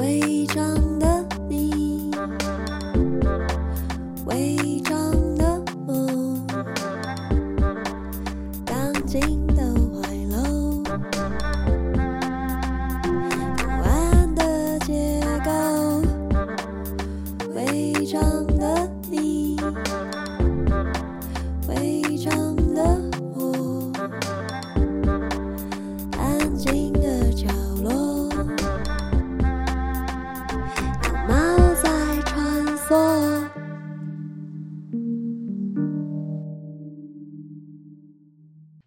伪装的你，伪装的我，钢筋的怀楼，不安的结构，伪装的你，伪装的我，安静的角落。有猫在穿梭。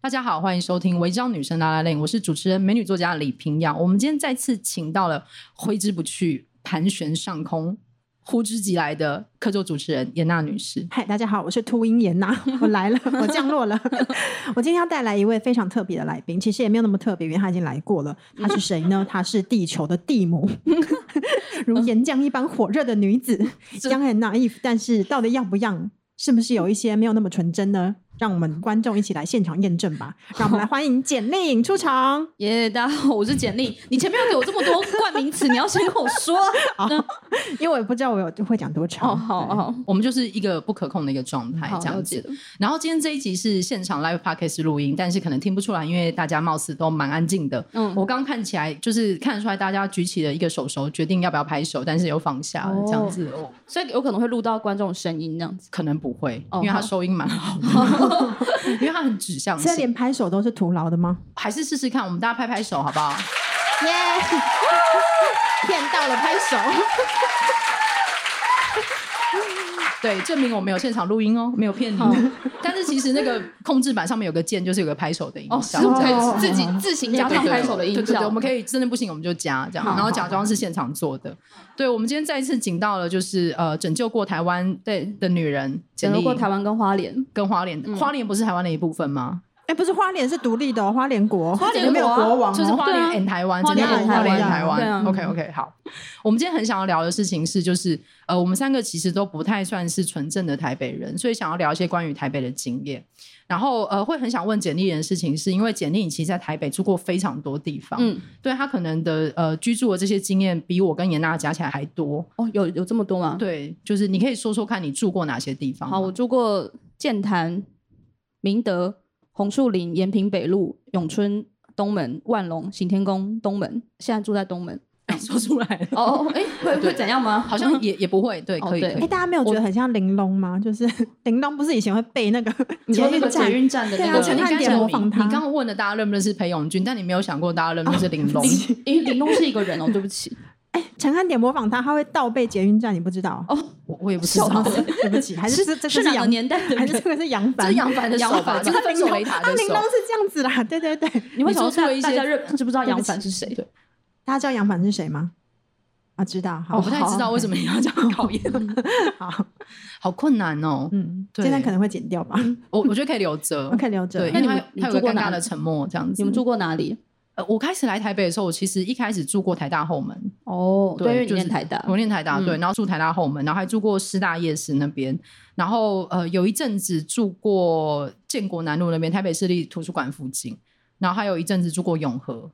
大家好，欢迎收听《围剿女生拉拉链》，我是主持人美女作家李平阳。我们今天再次请到了挥之不去、盘旋上空、呼之即来的客座主持人严娜女士。嗨，大家好，我是秃鹰妍娜，我来了，我降落了。 我今天要带来一位非常特别的来宾，其实也没有那么特别，因为他已经来过了。他是谁呢？他是地球的地母， 如岩浆一般火热的女子这，young and naive。但是到底要不要，是不是有一些没有那么纯真呢？让我们观众一起来现场验证吧。让我们来欢迎简丽颖出场。耶大家好，我是简历。你前面要给我这么多冠名词，你要先跟我说。好，因为我也不知道我有会讲多长。哦，好对好我们就是一个不可控的一个状态，好，这样了子解。了。然后今天这一集是现场 live podcast 录音，但是可能听不出来，因为大家貌似都蛮安静的。嗯我刚看起来就是看得出来，大家举起了一个手手，决定要不要拍手，但是又放下了，哦这样子、哦、所以有可能会录到观众的声音那样子。可能不会，哦因为他好收音蛮好 的，因为他很指向现在性。连拍手都是徒劳的吗？还是试试看，我们大家拍拍手好不 好？耶！骗到了拍手。对，证明我们有现场录音哦，没有骗你好。 但是其实那个控制板上面有个键，就是有个拍手的音哦，是效，我可这样哦以自己自行加上拍手的对音对对，我效们。可以真的不行，我们就加这样，好然后好假装是现场做的。对，我们今天再一次请到了，就是呃，拯救过台湾对，的女人，整简个历过台湾嗯跟花莲，跟花莲，花莲不是台湾的一部分吗？哎、不是花莲是独立的、哦，花莲国，花莲里面有国啊国王、哦就是花莲对啊 and 台湾，花莲整个 and 花莲台 and 湾台湾。对啊 OK OK，好，我们今天很想要聊的事情是，就是呃，我们三个其实都不太算是纯正的台北人，所以想要聊一些关于台北的经验。然后呃，会很想问简历人的事情，是因为简历你其实在台北住过非常多地方，嗯，对他可能的呃居住的这些经验，比我跟严娜加起来还多。哦，有有这么多吗？，对，就是你可以说说看你住过哪些地方吗。好，我住过剑潭、明德、红树林、延平北路、永春、东门、万隆、行天宫、东门，现在住在东门。哎 说出来 了，哦，哦哎，会对会怎样吗？好像也也不会，对，哦可以，对可哎、以。大家没有觉得很像玲珑吗？就是 玲珑不是以前会背那个 你说捷那个运捷站？运站的对那啊个陈你汉刚典才模仿他你刚刚问了大家认不认识裴勇俊，但你没有想过大家认哦不认识玲 珑。因为玲珑是一个人哦，对不 起，哎、陈汉典模仿他，他会倒背捷运站，你不知道？哦我我也不知是道吗，对不起，还是这 这是个是哪杨个年代的还人是？这个是杨这凡？是杨凡的手杨吧？凡就是分手雷塔啊，的玲手珑。是这样子啦，对对对，你会想你做出了一说些大大家认知不知道杨凡是谁？对大家知道杨凡是谁吗？啊，知道，好，我不太知道为什么你要这样考验，好， 好困难哦。 嗯，对今天可能会剪掉吧，我我觉得可以留着我。可以留着对，。嗯那因为你他们你他有住个过尴哪尬里的沉默这样子。你们住过哪里？呃，我开始来台北的时候，我其实一开始住过台大后门，哦，对，因为你就是念台大，我念台大，嗯对，然后住台大后门，然后还住过师大夜市那边，然后呃有一阵子住过建国南路那边，台北市立图书馆附近，然后还有一阵子住过永和，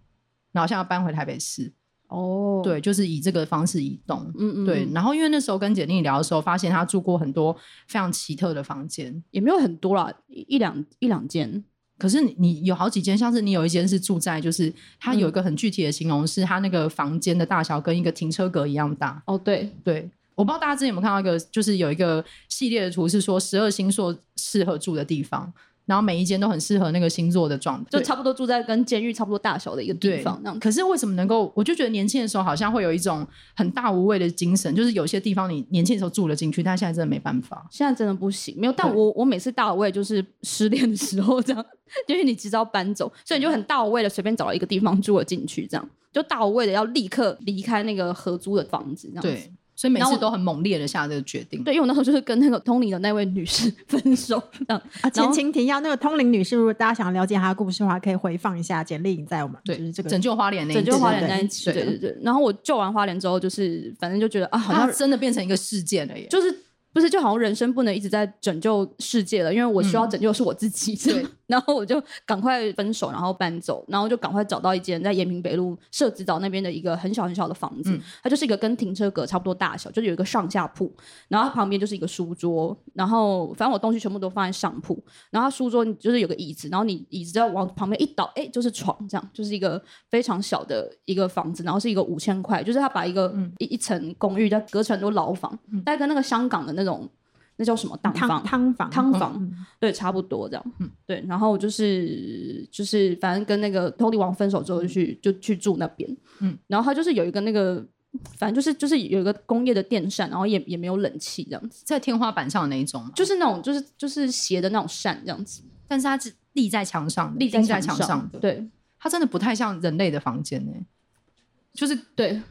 然后现在要搬回台北市，哦，对，就是以这个方式移动。嗯，嗯嗯，对，然后因为那时候跟简历聊的时候，发现她住过很多非常奇特的房间。也没有很多啦，一一两一两间，可是你你有好几间，像是你有一间是住在，就是它嗯有一个很具体的形容，是它那个房间的大小跟一个停车格一样大。哦，对，对，我不知道大家之前有没有看到一个，就是有一个系列的图是说十二星座适合住的地方，然后每一间都很适合那个星座的状态，就差不多住在跟监狱差不多大小的一个地对方那样子。可是为什么能够？我就觉得年轻的时候好像会有一种很大无畏的精神，就是有些地方你年轻的时候住了进去，但现在真的没办法。现在真的不行，没有。但对我我每次大位就是失恋的时候这样，因为你急着要搬走，所以你就很大位的随便找了一个地方住了进去，这样就大位的要立刻离开那个合租的房子，这样子。对，所以每然后次我都很猛烈的下这个决定。对，因为我那时候就是跟那个通灵的那位女士 分手，这样啊，然前后情提要，那个通灵女士，如果大家想了解她的故事的话，可以回放一下简历影在我们对，就是这个拯救花莲那一拯救次花莲对那一期，对对对对。然后我救完花莲之后，就是反正就觉得啊，好像它真的变成一个事件了耶。就是不是就好像人生不能一直在拯救世界了，因为我需要拯救的是我自己。对，然后我就赶快分手，然后搬走，然后就赶快找到一间在延平北路社子岛那边的一个很小很小的房子，嗯它就是一个跟停车格差不多大小，就是有一个上下铺，然后它旁边就是一个书桌，然后反正我东西全部都放在上铺，然后它书桌你就是有个椅子，然后你椅子再往旁边一倒，哎，就是床，这样就是一个非常小的一个房子，然后是一个五千块，就是它把一个、嗯一一层公寓，再隔成很多牢房，大概跟那个香港的那种那叫什么档汤房。汤房汤房、嗯对，差不多这样。嗯对，然后就是就是，反正跟那个通灵王分手之后，就去就去住那边。嗯嗯，然后他就是有一个那个，反正就是就是有一个工业的电扇，然后也也没有冷气这样子，在天花板上的那一种嘛，就是是那种就是就是斜的那种扇这样子，但是它是立在墙上的，立钉在墙上的，，对它真的不太像人类的房间呢，就是对，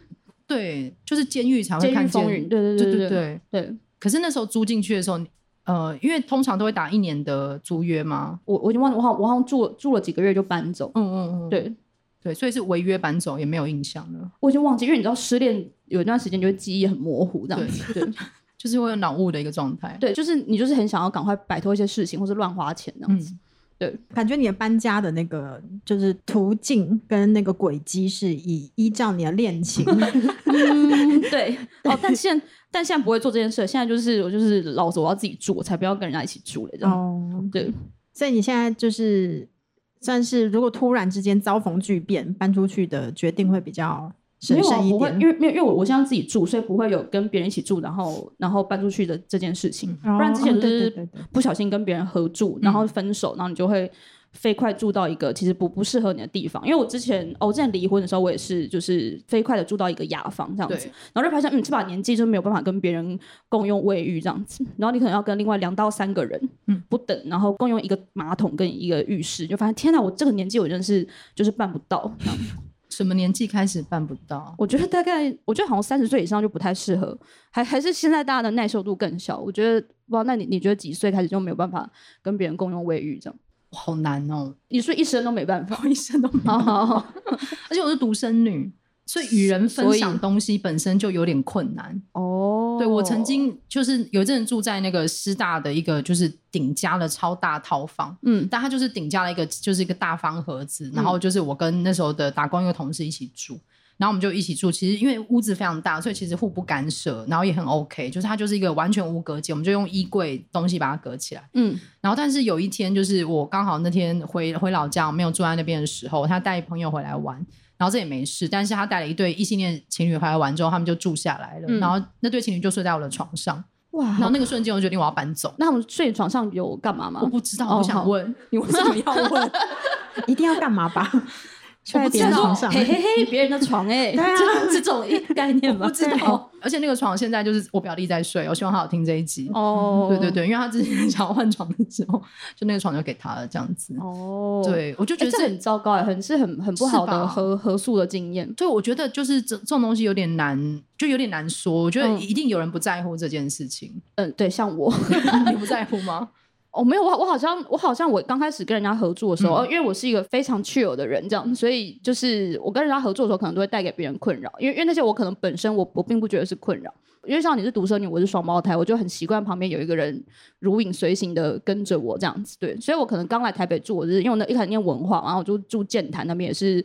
对，就是监狱才会监狱看见，风云，对对对对对对对。对。可是那时候租进去的时候，呃，因为通常都会打一年的租约嘛，我我已经忘了，我好我好像住了住了几个月就搬走。嗯嗯嗯，对，对，所以是违约搬走也没有印象了，我已经忘记，因为你知道失恋有一段时间就会记忆很模糊这样子。对就是会有脑雾的一个状态。对，就是你就是很想要赶快摆脱一些事情，或是乱花钱这样子。嗯，感觉你的搬家的那个就是途径跟那个轨迹是以依照你的恋情 嗯，对。哦，但现但现在不会做这件事，现在就是我就是老子我要自己住，我才不要跟人家一起住了这样。哦，对，所以你现在就是算是如果突然之间遭逢巨变，搬出去的决定会比较没审有啊慎一不会，点，因为没有，因为我我现在自己住，所以不会有跟别人一起住，然后然后搬出去的这件事情。哦不然之前就对是对对对不小心跟别人合住，然后分手，然后你就会飞快住到一个其实不不适合你的地方。因为我之前哦，我之前离婚的时候，我也是就是飞快的住到一个雅房这样子对，然后就发现嗯，这把年纪就没有办法跟别人共用卫浴这样子，然后你可能要跟另外两到三个人嗯不等，然后共用一个马桶跟一个浴室，就发现天哪，我这个年纪我真的是就是办不到。这样什么年纪开始办不到？我觉得大概，我觉得好像三十岁以上就不太适合，还还是现在大家的耐受度更小。我觉得，不知道那你你觉得几岁开始就没有办法跟别人共用卫浴这样？好难哦，你说一生都没办法 我，一生都没有好好好而且我是独生女，所以与人分所以享东西本身就有点困难。 哦对我曾，经就是有一阵子住在那个师大的一个就是顶加了超大套房，嗯但它就是顶加了一个就是一个大方盒子，然后就是我跟那时候的打工一个同事一起住。然后我们就一起住，其实因为屋子非常大，所以其实互不干涉，然后也很 OK，就是它就是一个完全无隔间，我们就用衣柜东西把它隔起来。嗯然后，但是有一天，就是我刚好那天回回老家，我没有住在那边的时候，他带朋友回来玩，然后这也没事。但是他带了一对异性恋情侣回来玩之后，他们就住下来了。嗯然后那对情侣就睡在我的床 上。哇，然后那那个瞬间，我决定我要搬走。那我们睡床上有干嘛我吗？不知道，哦我不想问、你为什么要问？一定要干嘛吧？睡在别人我不知道床上，嘿嘿嘿，别人的床 哎、欸，对啊这这 种一概念吧，不知道。而且那个床现在就是我表弟在睡，我希望他有听这一 集。哦，对对，对，因为他之前想要换床的时候，就那个床就给他了，这样子。哦，对，我就觉哎，得这这很糟糕哎，很是很很不好是的吧合合宿的经验。对，我觉得就是这这种东西有点难，就有点难说。我觉得嗯一定有人不在乎这件 事情，嗯，对，像我。你不在乎吗？ 哦，没有，我我好像我好像我刚开始跟人家合作的时候，呃因为我是一个非常 chill 的人，这样，所以就是我跟人家合作的时候，可能都会带给别人困扰，因为因为那些我可能本身我我并不觉得是困扰，因为像你是独生女，我是双胞胎，我就很习惯旁边有一个人如影随形的跟着我这样子，对，所以我可能刚来台北住，我就是因为我那一开始念文化，然后我就住建潭那边也是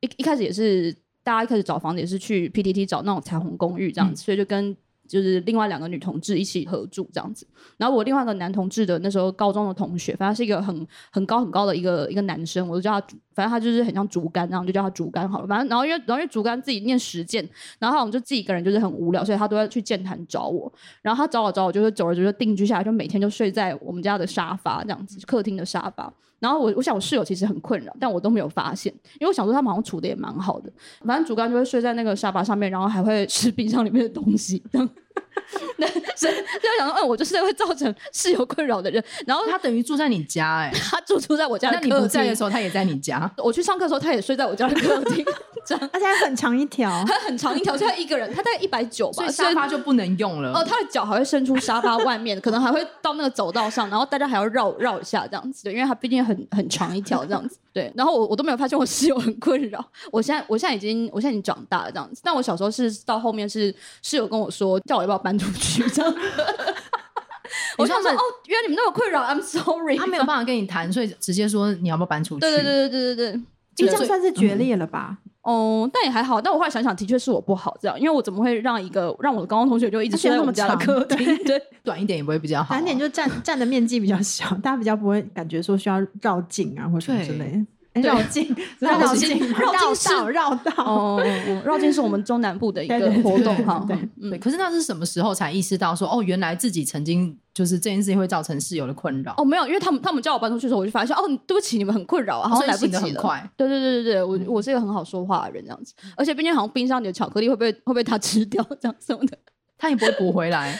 一一开始也是大家一开始找房子也是去 PTT 找那种彩虹公寓这样子，所以就跟就是另外两个女同志一起合住这样子。然后我另外一个男同志的那时候高中的同学，反正他是一个很很高很高的一个一个男生，我就叫他，反正他就是很像竹竿，然后就叫他竹竿好了。反正然后因为然后因为竹竿自己念实践，然后我们就自己一个人就是很无聊，所以他都要去健谈找我。然后他找我找我，就是久而久之就定居下来，就每天就睡在我们家的沙发这样子，客厅的沙发。然后我我想我室友其实很困扰，但我都没有发现，因为我想说他们好像处的也蛮好的。反正竹竿就会睡在那个沙发上面，然后还会吃冰箱里面的东西，这样 那所以就想说，嗯，我就是会造成室友困扰的人。然后他等于住在你家哎、他住住在我家那的你客不在的厅，时候，他也在你家。我去上课的时候，他也睡在我家的客厅， 这样而且还很长一条，他很长一条，所以他一个人，他大概一百九所吧，以沙发就不能用了。哦，他的脚还会伸出沙发外面，可能还会到那个走道上，然后大家还要绕绕一下这样子，对，因为它毕竟很很长一条这样子，对。然后我我都没有发现我室友很困扰，我现在我现在已经我现在已经长大了这样子，但我小时候是到后面是室友跟我说叫我要不要搬出去这样。 我你说想他说们哦，原来你们那么困扰，I'm sorry。他没有办法跟你谈，所以直接说你要不要搬出去？对对对对对对对，这对样算是决裂了吧？哦、但也还好。但我后来想想，的确是我不好这样，因为我怎么会让一个让我的高中同学就一直而且睡在那我么们家的长客厅？ 对，短一点也不会比较好、啊。难点就 占占的面积比较小，大家比较不会感觉说需要绕境啊或什么之类的。哎绕境，不是 绕绕境境，绕境绕是道，绕道。哦，绕境是我们中南部的一个对对对活动对哈。对对，嗯，可是那是什么时候才意识到说，哦，原来自己曾经就是这件事情会造成室友的困扰？哦，没有，因为他们他们叫我搬出去的时候，我就发现哦，你对不起，你们很困扰啊，好像所以来不醒得及很了。快。对对对对对，我我是一个很好说话的人这样子，而且毕竟好像冰箱里的巧克力会被会被他吃掉这样什么的。他也不会补 回来，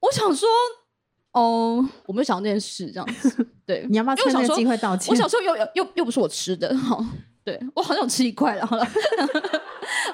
我想说，哦，我没有想到这件事这样子。对，你要不要因为我趁想这个说机会道歉我？小时候又又又又不是我吃的，好，对我好想吃一块了，好了，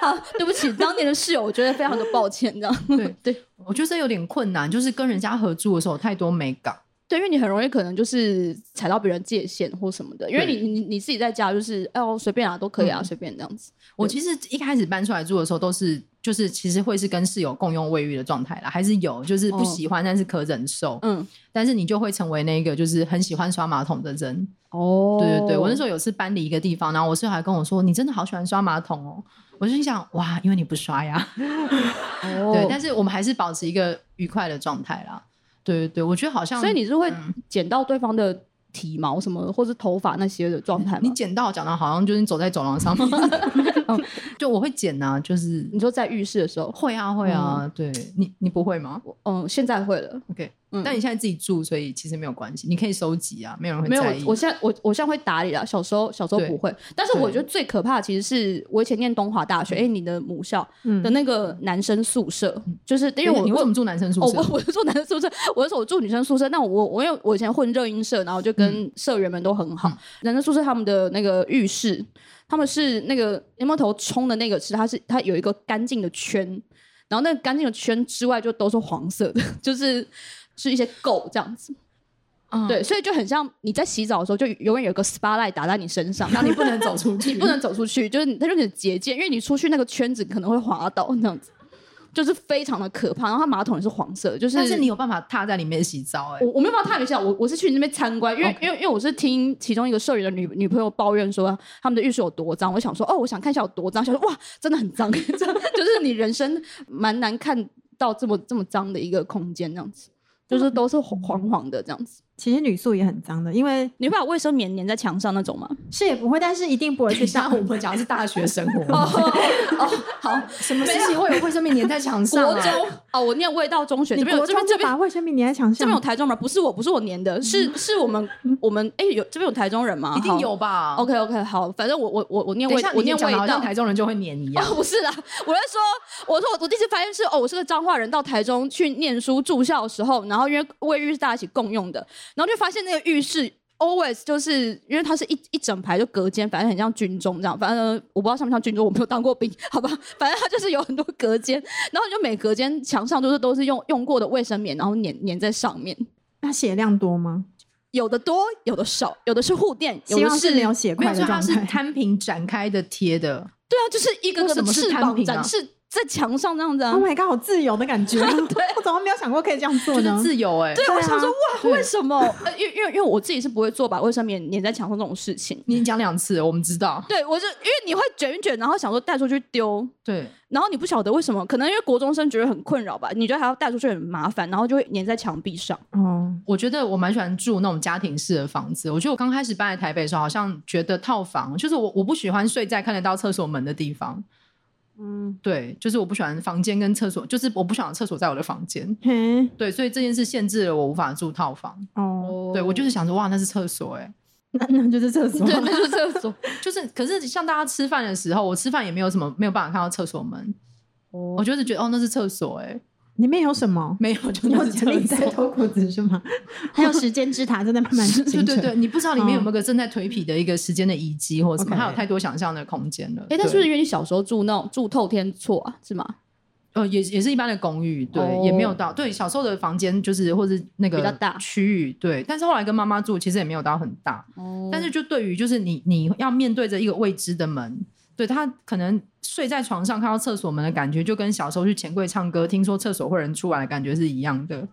好，对不起，当年的室友，我觉得非常的抱歉，这样。对对，我觉得这有点困难，就是跟人家合住的时候有太多美感。对，因为你很容易可能就是踩到别人界限或什么的，因为你你你自己在家就是哦随便啊都可以啊、嗯随便这样子。我其实一开始搬出来住的时候，都是就是其实会是跟室友共用卫浴的状态啦，还是有就是不喜欢，但是可忍受。哦嗯，但是你就会成为那个就是很喜欢刷马桶的人。哦对对对，我那时候候有次搬离一个地方，然后我室友还跟我说：“你真的好喜欢刷马桶哦。”我就心想：“哇，因为你不刷呀。”哦对，但但是我们还是保持一个愉快的状态啦。对对对，我觉得好像，哦所以你是会嗯剪到对方的体毛什么，或是头发那些的状态吗？嗯你捡到讲的好像就是你走在走廊 上面，嗯就我会捡啊，就是你说哦在浴室的时候，会啊会啊，对你你不会吗嗯，现在会了。 ？OK，、嗯但你现在自己住，所以其实没有关系，你可以收集啊，没有人会没有在意。，我现在我我现在会打理了。小时候小时候对不会，但是我觉得最可怕的其实是我以前念东华大学，哎、你的母校嗯的，那个男生宿舍，就是因为嗯等我一下你为我什么住男生宿哦，舍？我 我是住男生宿舍，我是说我住女生宿舍。那我我因为我以前混热音社，然后就嗯跟社员们都很好。男生宿舍他们的那个浴室，他们是那个柠檬头冲的那个是，它是它有一个干净的圈，然后那个干净的圈之外就都是黄色的，就是是一些垢这样子。嗯对，所以就很像你在洗澡的时候，就永远有一个 SPA light 打在你身上，然后你你不能走出去， 你不能走出去，就是你它就是你的结界，因为你出去那个圈子可能会滑倒那样子。就是非常的可怕，然后它马桶也是黄色的，就是但是你有办法踏在里面洗澡哎、我我没有办法探一下，我我是去你那边参观，因为 OK 因为因为我是听其中一个社员的女女朋友抱怨说他们的浴室有多脏，我想说哦，我想看一下有多脏，想说哇，真的很脏， 这样就是你人生蛮难看到这么这么脏的一个空间，这样子，就是都是黄黄黄的这样子。其实女宿也很脏的，因为你会把卫生棉粘在墙上那种吗？是也不会，但是一定不 会去像上。我们讲的是大学生活，哦，好， 什么事情会有卫生棉粘在墙上、国啊？中哦，我念味道中学，你这边有国这中边这就边把卫生棉粘在墙这上边有，台中吗？不是我，不是我粘的，是是我们我们哎、有这边有台中人吗？一定好有吧？ OK OK，好，反正我我我我念等味一下，，我你念讲味的好道像。台中人就会黏一样。哦，不是啦，我在说，我说我我第一次发现是哦，我是个彰化人，到台中去念书住校的时候，然后因为卫浴是大家一起共用的，然后就发现那个浴室 always 就是因为它是一一整排就隔间，反正很像军中这样，反正呃我不知道像不像军中，我没有当过兵，好吧，反正它就是有很多隔间，然后就每隔间墙上就是都是用用过的卫生棉，然后粘粘在上面，那血量多吗？有的多，有的少，有的是护垫，有希的望是没有血没有，块所的以它状是态。摊平展开的贴的，对啊，就是一个为个什的么是翅摊膀平啊展示在墙上这样子啊 Oh。my god，好自由的感觉。啊 我怎么没有想过可以这样就做 是呢？自由哎、对，对啊我想说哇，对为什么？呃，因为因为因为我自己是不会做把卫生棉粘在墙上这种事情。你讲两次，我们知道。对，我就因为你会卷一卷，然后想说带出去丢，对，然后你不晓得为什么，可能因为国中生觉得很困扰吧，你觉得还要带出去很麻烦，然后就会粘在墙壁上。哦，我觉得我蛮喜欢住那种家庭式的房子。我觉得我刚开始搬来台北的时候，好像觉得套房就是我我不喜欢睡在看得到厕所门的地方。嗯，对，就是我不喜欢房间跟厕所，就是我不想厕所在我的房间。嘿，对，所以这件事限制了我无法住套房。哦，对我就是想说，哇，那是厕所哎、那 那就是厕所。对，那就是厕所。 就是，可是像大家吃哦饭的时候，我吃饭也没有什么没有办法看到厕所门，我就是觉得哦，那是厕所哎、里面有什么？没 有，就你有是潜力厕在所脱裤子是吗？ 还有时间之塔正在 慢慢形对成。对对，你不知道里面有没嗯有个正在颓圮的一个时间的遗迹或什么， OK 还有太多想象的空间了。哎、但是不是对因为你小时候住那种住透天厝啊，是吗？呃，也也是一般的公寓，对，哦也没有到对小时候的房间就是或是那个比较大区域，对。但是后来跟妈妈住，其实也没有到很大，哦但是就对于就是你你要面对着一个未知的门，对他可能睡在床上看到厕所门的感觉，就跟小时候去钱柜唱歌听说厕所会有人出来的感觉是一样的。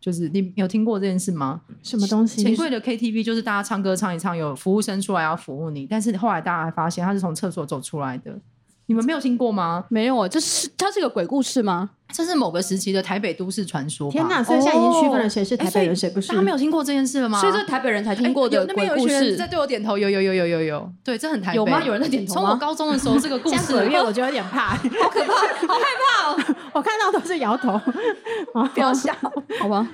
就是你有听过这件事吗？什么东西？钱柜的 KTV 就是大家唱歌唱一唱，有服务生出来要服务你，但是后来大家还发现他是从厕所走出来的，你们没有听过吗？没有啊，这是它是个鬼故事吗？这是某个时期的台北都市传说吧。天哪！所以现在已经区分了哦谁是哎台所北以人，谁不是大？家没有听过这件事了吗？所以这是台北人才听过哎有的那边鬼有一故群人事，在对我点头，有有有有有有，对，这很台北。有吗？有人在点头从我吗？高中的时候，这个故 这样事子的月我就有点 怕，好可怕，好害怕哦！ 我看到都是摇头。哦不 要笑，好吧？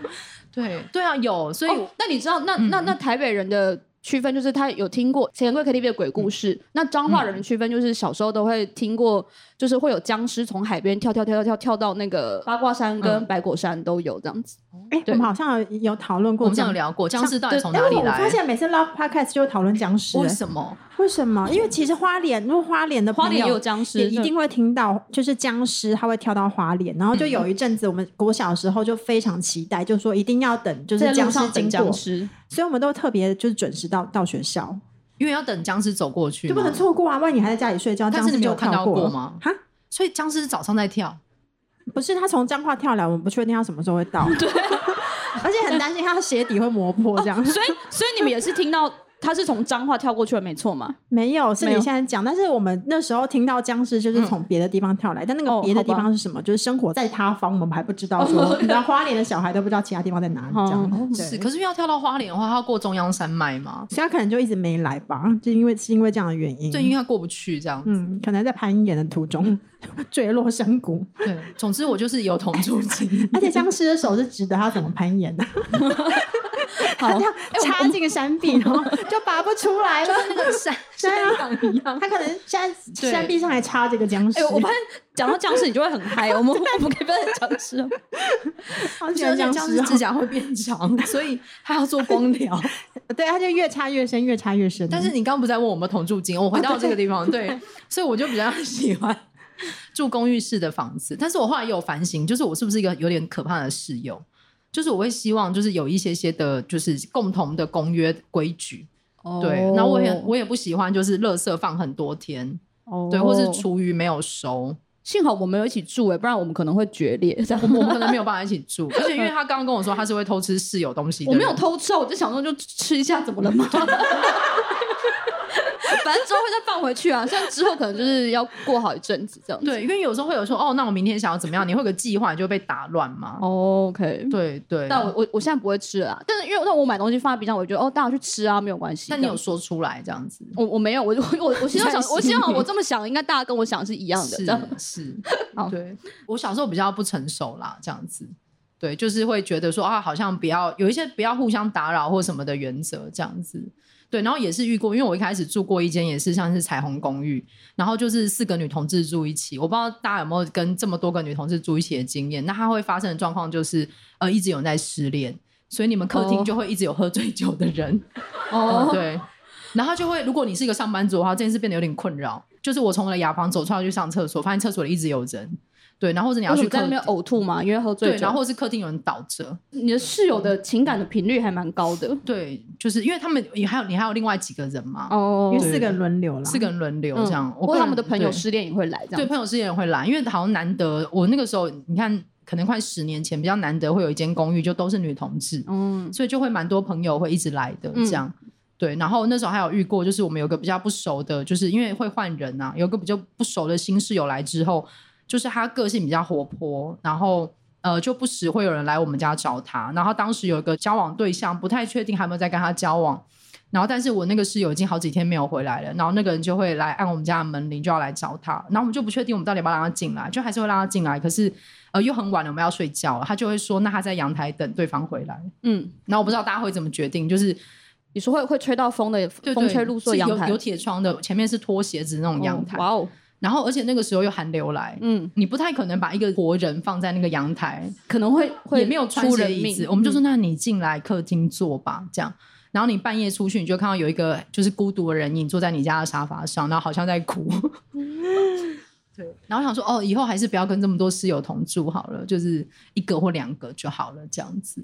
对对啊，有，所以、哦那你知道，那嗯那那台北人的区分就是他有听过钱柜 KTV 的鬼故事，那彰化人的区分就是小时候都会听过，就是会有僵尸从海边跳跳跳跳跳跳到那个八卦山跟嗯百果山都有这样子。哎，我对们好像有讨论我过们这上样有。聊过僵尸到底从哎哪里我来？发现每次 Love Podcast 就会讨论僵尸，为哎什么？为什么？因为其实花莲，如果花莲的朋花友莲也有僵尸，也一定会听到，就是僵尸它会跳到花莲，然后就有一阵子，我们国小的时候就非常期待，就说一定要等，就对在是路僵尸上经等过僵，尸。所以我们都特别就是准时到到学校，因为要等僵尸走过去就不嘛，能错过啊！万一你还在家里睡觉，但僵是尸你没就有看跳到过过了吗？哈，所以僵尸是早上在跳。不是，他从彰化跳来，我们不确定他什么时候会到，对， 而且很担心他的鞋底会磨破这样。所以，所以你们也是听到他是从彰化跳过去的，没错嘛？没有，是没你有现在讲，但是我们那时候听到僵尸就是从别的地方跳来，但那个哦别的好地吧方是什么？就是生活在他方，我们还不知道说，你知道花莲的小孩都不知道其他地方在哪里这样。哦对是，可是因为要跳到花莲的话，它要过中央山脉嘛，所以他可能就一直没来吧，就因为是因为这样的原因。对，因为它过不去这样。嗯，可能在攀岩的途中 坠落山谷，对，总之我就是有同 住经而且僵尸的手是直的，他怎么攀岩呢、他 好这，样插进山壁，然后就拔不出来了。那个山 对啊港一样。他可能山对山壁上还插这个僵尸，哎、我发现讲到僵尸，你就会很嗨。 我们我们可以不要再僵尸了。好喜而且欢僵僵尸尸哦、指甲会变长，所以他要做光疗。 对，他就越插越深，越插越深。但是你刚刚不是在问我们同住经？我哦回到这个地方， 对，所以我就比较 喜欢住公寓式的房子。但是我后来也有反省，就是我是不是一个有点可怕的室友？就是我会希望，就是有一些些的，就是共同的公约规矩，对。哦然后我也我也不喜欢，就是垃圾放很多天，我对，或是厨余没有收，幸好我们有一起住哎、不然我们可能会决裂。这样 我们我们可能没有办法一起住。而且因为他刚刚跟我说，他是会偷吃室友东西的我人，没有偷吃啊，我就想说就吃一下，怎么了吗？ 反正之后会再放回去啊，像之后可能就是要过好一阵子这样子。对，因为有时候会有说，哦，那我明天想要怎么样？你会有个计划，你就会被打乱嘛。哦，OK。对啊对，但我我我现在不会吃了啊，但是因为那我买东西放在冰箱，我就觉得哦，大家去吃啊，没有关系。但你这有样说出来这样子，我我没有，我就我我心中想在，心里我希望我这么想，应该大家跟我想的是一样的。这样是是 好，对我小时候比较不成熟啦，这样子，对，就是会觉得说啊，好像不要有一些不要互相打扰或什么的原则这样子。对，然后也是遇过，因为我一开始住过一间也是像是彩虹公寓，然后就是四个女同志住一起，我不知道大家有没有跟这么多个女同志住一起的经验。那它会发生的状况就是，呃，一直有人在失恋，所以你们客哦厅就会一直有喝醉酒的人。哦嗯，对。然后就会，如果你是一个上班族的话，这件事变得有点困扰。就是我从我的雅房走出来去上厕所，发现厕所里一直有人，对，然后或者你要为什去么在客那边哦呕吐嘛，因为喝醉对，酒。然后或是客厅有人倒着，你的室友的情感的频率还蛮高的对，就是因为他们也还有你还有另外几个人嘛，哦嗯因为对四个人轮流了，四个人轮流这样，我或个他人们的朋友对失恋也会来这对样子。朋友之间会来，因为好像难得我那个时候你看，可能快十年前比较难得会有一间公寓就都是女同志，嗯，所以就会蛮多朋友会一直来的这样。对，然后那时候还有遇过，就是我们有个比较不熟的，就是因为会换人啊，有个比较不熟的新室友来之后，就是他个性比较活泼，然后呃就不时会有人来我们家找他。然后当时有一个交往对象，不太确定还有没有在跟他交往。然后，但是我那个室友已经好几天没有回来了，然后那个人就会来按哎我们家的门铃，就要来找他。然后我们就不确定我们到底要不要让他进来，就还是会让他进来，可是呃又很晚了，我们要睡觉了，他就会说那他在阳台等对方回来。嗯，然后我不知道大家会怎么决定，就是你说会会吹到风的对对风吹露宿的阳是台有有铁窗的，前面是拖鞋子那种阳台。哦哇哦，然后而且那个时候又寒流来，嗯，你不太可能把一个活人放在那个阳台，可能会会也没有穿出鞋人椅子命，，嗯我们就说那你进来客厅坐吧，这样。然后你半夜出去，你就看到有一个就是孤独的人影坐在你家的沙发上，然后好像在哭。嗯 对，然后想说哦，以后还是不要跟这么多室友同住好了，就是一个或两个就好了，这样子。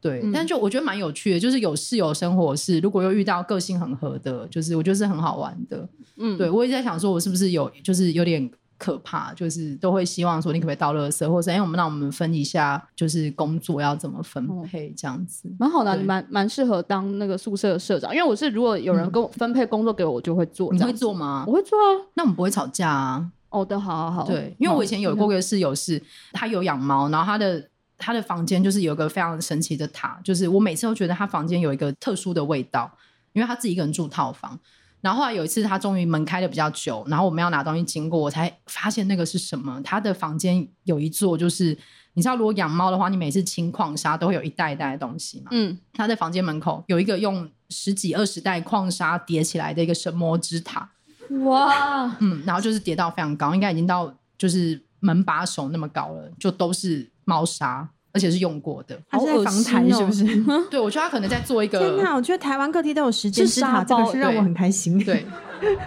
对，嗯但就我觉得蛮有趣的，就是有室友生活是，如果又遇到个性很合的，就是我觉得是很好玩的。嗯，对，我也在想说，我是不是有就是有点可怕，就是都会希望说你可不可以到垃圾，或者哎、我们让我们分一下，就是工作要怎么分哦配这样子。蛮好的啊，对你蛮蛮适合当那个宿舍的社长，因为我是如果有人跟我分配工作给我，我就会做。嗯你这会样子做吗我？会做啊。那我们不会吵架啊。哦，对，好好好。对，因为我以前有过个室友是，他有养猫，然后他的他的房间就是有一个非常神奇的塔，就是我每次都觉得他房间有一个特殊的味道，因为他自己一个人住套房。然后后来有一次，他终于门开的比较久，然后我们要拿东西经过，我才发现那个是什么。他的房间有一座，就是你知道，如果养猫的话，你每次清矿沙都会有一袋一袋的东西嘛。嗯，他在房间门口有一个用十几二十袋矿沙叠起来的一个神魔之塔，嗯，哇，嗯，然后就是叠到非常高，应该已经到就是门把手那么高了，就都是猫砂，而且是用过的。它是在好恶防心台哦是不 是？对，我觉得他可能在做一天哪，个我觉得台湾各地都有时间是之沙塔，这个包是让对我很开心。，对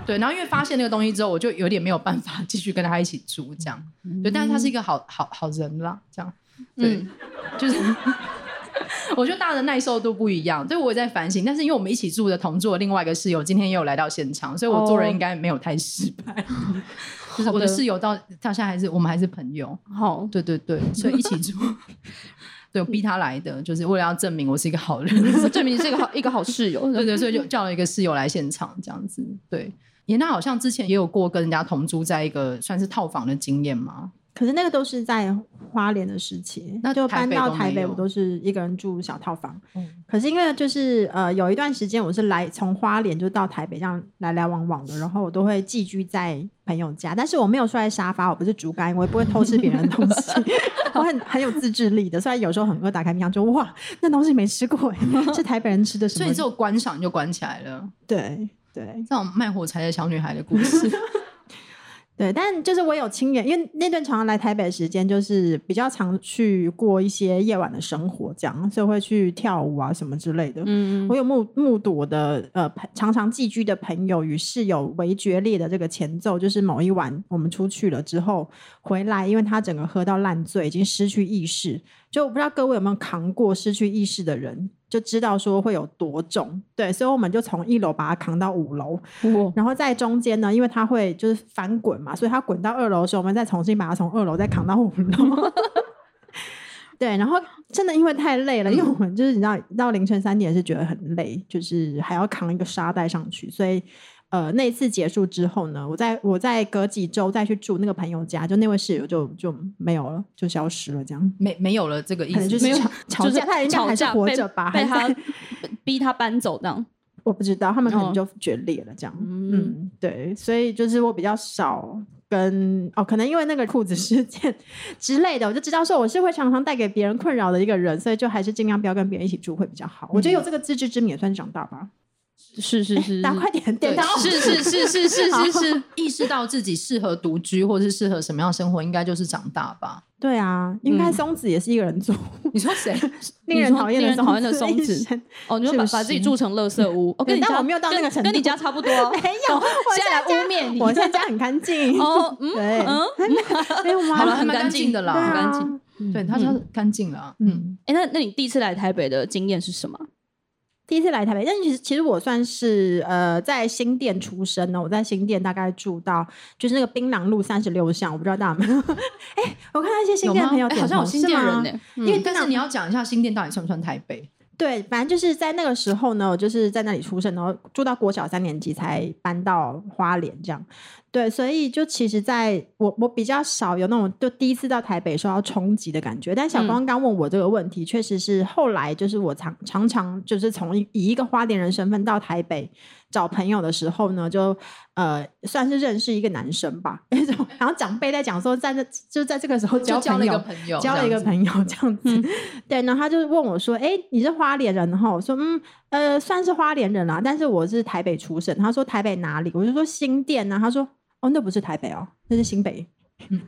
对，然后因为发现那个东西之后，我就有点没有办法继续跟他一起住这样。对，但是他是一个好好好人啦，这样对，嗯就是 我觉得大家的耐受度不一样，对我也在反省。但是因为我们一起住的同住的另外一个室友今天也有来到现场，所以我做人应该没有太失败。 就是我的好的室友到到现在还是我们还是朋友。好， 对对对，所以一起住。对，我逼他来的，就是为了要证明我是一个好 人。证明你是一个好一个好室友。对对，所以就叫了一个室友来现场，这样子。对，也那好像之前也有过跟人家同住在一个算是套房的经验嘛。可是那个都是在花莲的时期，那就台搬北到都台没北，有我都是一个人住小套房。嗯可是因为就是呃，有一段时间我是来从花莲就到台北这样来来往往的，然后我都会寄居在朋友家，但是我没有睡在沙发，我不是竹竿，我也不会偷吃别人的东 西，我很很有自制力的。虽然有时候很饿，打开冰箱就哇，那东西没吃过耶， 是台北人吃的什所么？以只有观赏就关起来了，对对这种卖火柴的小女孩的故事。对，但就是我有亲眼，因为那段常常来台北的时间，就是比较常去过一些夜晚的生活，这样，所以会去跳舞啊什么之类的。嗯，我有目目睹我的呃朋常常寄居的朋友与室友为决裂的这个前奏，就是某一晚我们出去了之后回来，因为他整个喝到烂醉，已经失去意识。就我不知道各位有没有扛过失去意识的人，就知道说会有多重。对，所以我们就从一楼把他扛到五楼，我然后在中间呢，因为它会就是翻滚嘛，所以它滚到二楼的时候，我们再重新把它从二楼再扛到五楼。 对，然后真的因为太累了，因为我们就是你知道到凌晨三点是觉得很累，就是还要扛一个沙袋上去，所以呃那一次结束之后呢，我在我在隔几周再去住那个朋友家，就那位室友就就没有了，就消失了这样。没没有了这个意可能思，就是吵吵就是架，他人家吵还是架活被着吧，被还他在 逼他搬走这样。我不知道，他们可能哦就决裂了这样。嗯嗯，对，所以就是我比较少跟哦，可能因为那个裤子事件 之类的，我就知道说我是会常常带给别人困扰的一个人，所以就还是尽量不要跟别人一起住会比较好。我觉得有这个自知之明也算是长大吧。是是是，大家快点对点到，嗯是是是是是是是，意识到自己适合独居或是适合什么样的生活，应该就是长大吧。 对啊，应该嗯松子也是一个人住，你说谁？令人说讨厌令的人讨厌的松松子子一生。哦，你就把是不是把自己住成垃圾 屋。哦，跟你但家我没有到那个程度跟跟你家差不 多。没有我现在来污蔑你。我现在家很干净， 哦，嗯 对，嗯，没有好吗了，？很蛮干干净净的啦，对啊很干净。对，他说干净了啊，嗯。嗯。哎，那那你第一次来台北的经验是什么？第一次来台北，但其实其实我算是呃在新店出生呢，我在新店大概住到就是那个槟榔路三十六巷，我不知道大家有没 有。哎、我看到一些新有店吗的朋友哎点头、好像有新店人呢呢，。因因为但是你要讲一下新店到底算不算台北？对，反正就是在那个时候呢，我就是在那里出生，然后住到国小三年级才搬到花莲这样。对，所以就其实在我我比较少有那种就第一次到台北受到冲击的感觉。但嗯小光刚问我这个问题，确实是后来就是我常常常就是从一以一个花莲人身份到台北找朋友的时候呢，就呃算是认识一个男生吧， 那种然后长辈在讲说在这就在这个时候交就交朋了一友个。朋友，交了一个友，朋友这样子， 对，然后他就问我说：“哎、你是花莲人哈？”我说：“嗯，呃，算是花莲人啦、但是我是台北出生。”他说：“台北哪里？”我就说：“新店啊。”他说：“哦，那不是台北哦，那是新北，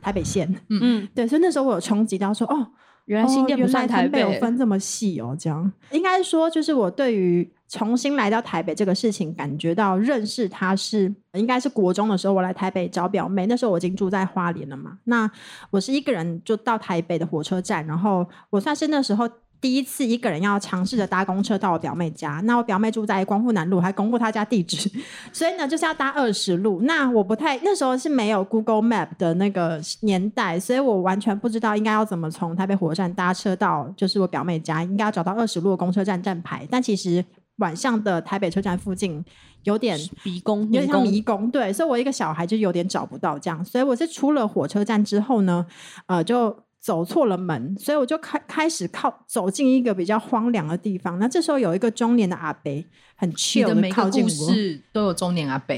台北县。嗯，对，所以那时候我有冲击到说，哦，原来新店哦不原算来台北，北，有分这么细哦，这样应该说就是我对于重新来到台北这个事情，感觉到认识它是应该是国中的时候，我来台北找表妹，那时候我已经住在花莲了嘛，那我是一个人就到台北的火车站，然后我算是那时候。第一次一个人要尝试着搭公车到我表妹家，那我表妹住在光复南路，还公布她家地址，所以呢，就是要搭二十路。那我不太那时候是没有 Google Map 的那个年代，所以我完全不知道应该要怎么从台北火车站搭车到就是我表妹家，应该要找到二十路的公车站站牌。但其实晚上的台北车站附近有点迷宫，有点像迷迷宫，对，所以我一个小孩就有点找不到这样，所以我是出了火车站之后呢，呃，就走错了门，所以我就开开始靠走进一个比较荒凉的地方。那这时候有一个中年的阿伯，很你 chill 的每地个靠近故 我，事都有中年阿 伯。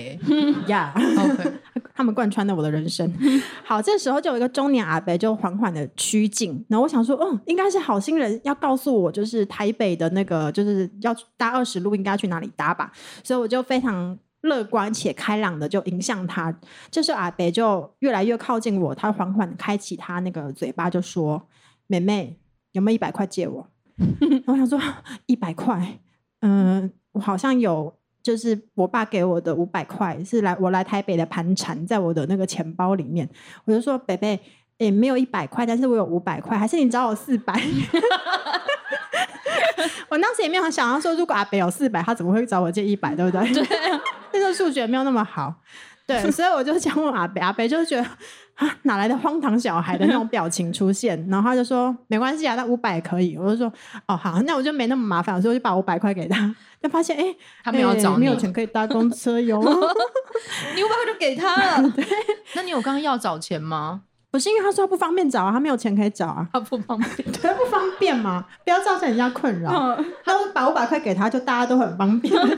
呀 OK，他们贯穿了我的人生。 好，这时候就有一个中年阿伯就缓缓的趋近，然后我想说，嗯，应该是好心人要告诉我，就是台北的那个就是要搭二十路应该去哪里搭吧，所以我就非常。乐观且开朗的就迎向他，这时候阿北就越来越靠近我，他缓缓地开启他那个嘴巴，就说：“妹妹，有没有一百块借我？” 然后我想说一百块，嗯、我好像有，就是我爸给我的五百块是来我来台北的盘缠，在我的那个钱包里面，我就说北北，也、没有一百块，但是我有五百块，还是你找我四百？ 我当时也没有想要说，如果阿北有四百，他怎么会找我借一百，对不对？对、 那时候数学没有那么好，对，所以我就这样问阿北，阿北就觉得啊，哪来的荒唐小孩的那种表情出现，然后他就说没关系啊，那五百可以。我就说哦好，那我就没那么麻烦，所以我就把五百块给他，但发现哎，他没有哎找没你，有钱可以搭公车哟。 你五百块就给 他了，那你有刚刚要找钱吗？不是因为他说他不方便找啊，他没有钱可以找啊，他不方便。对，不方便嘛，不要造成人家困扰。嗯他我把五百块给他，就大家都很方便。嗯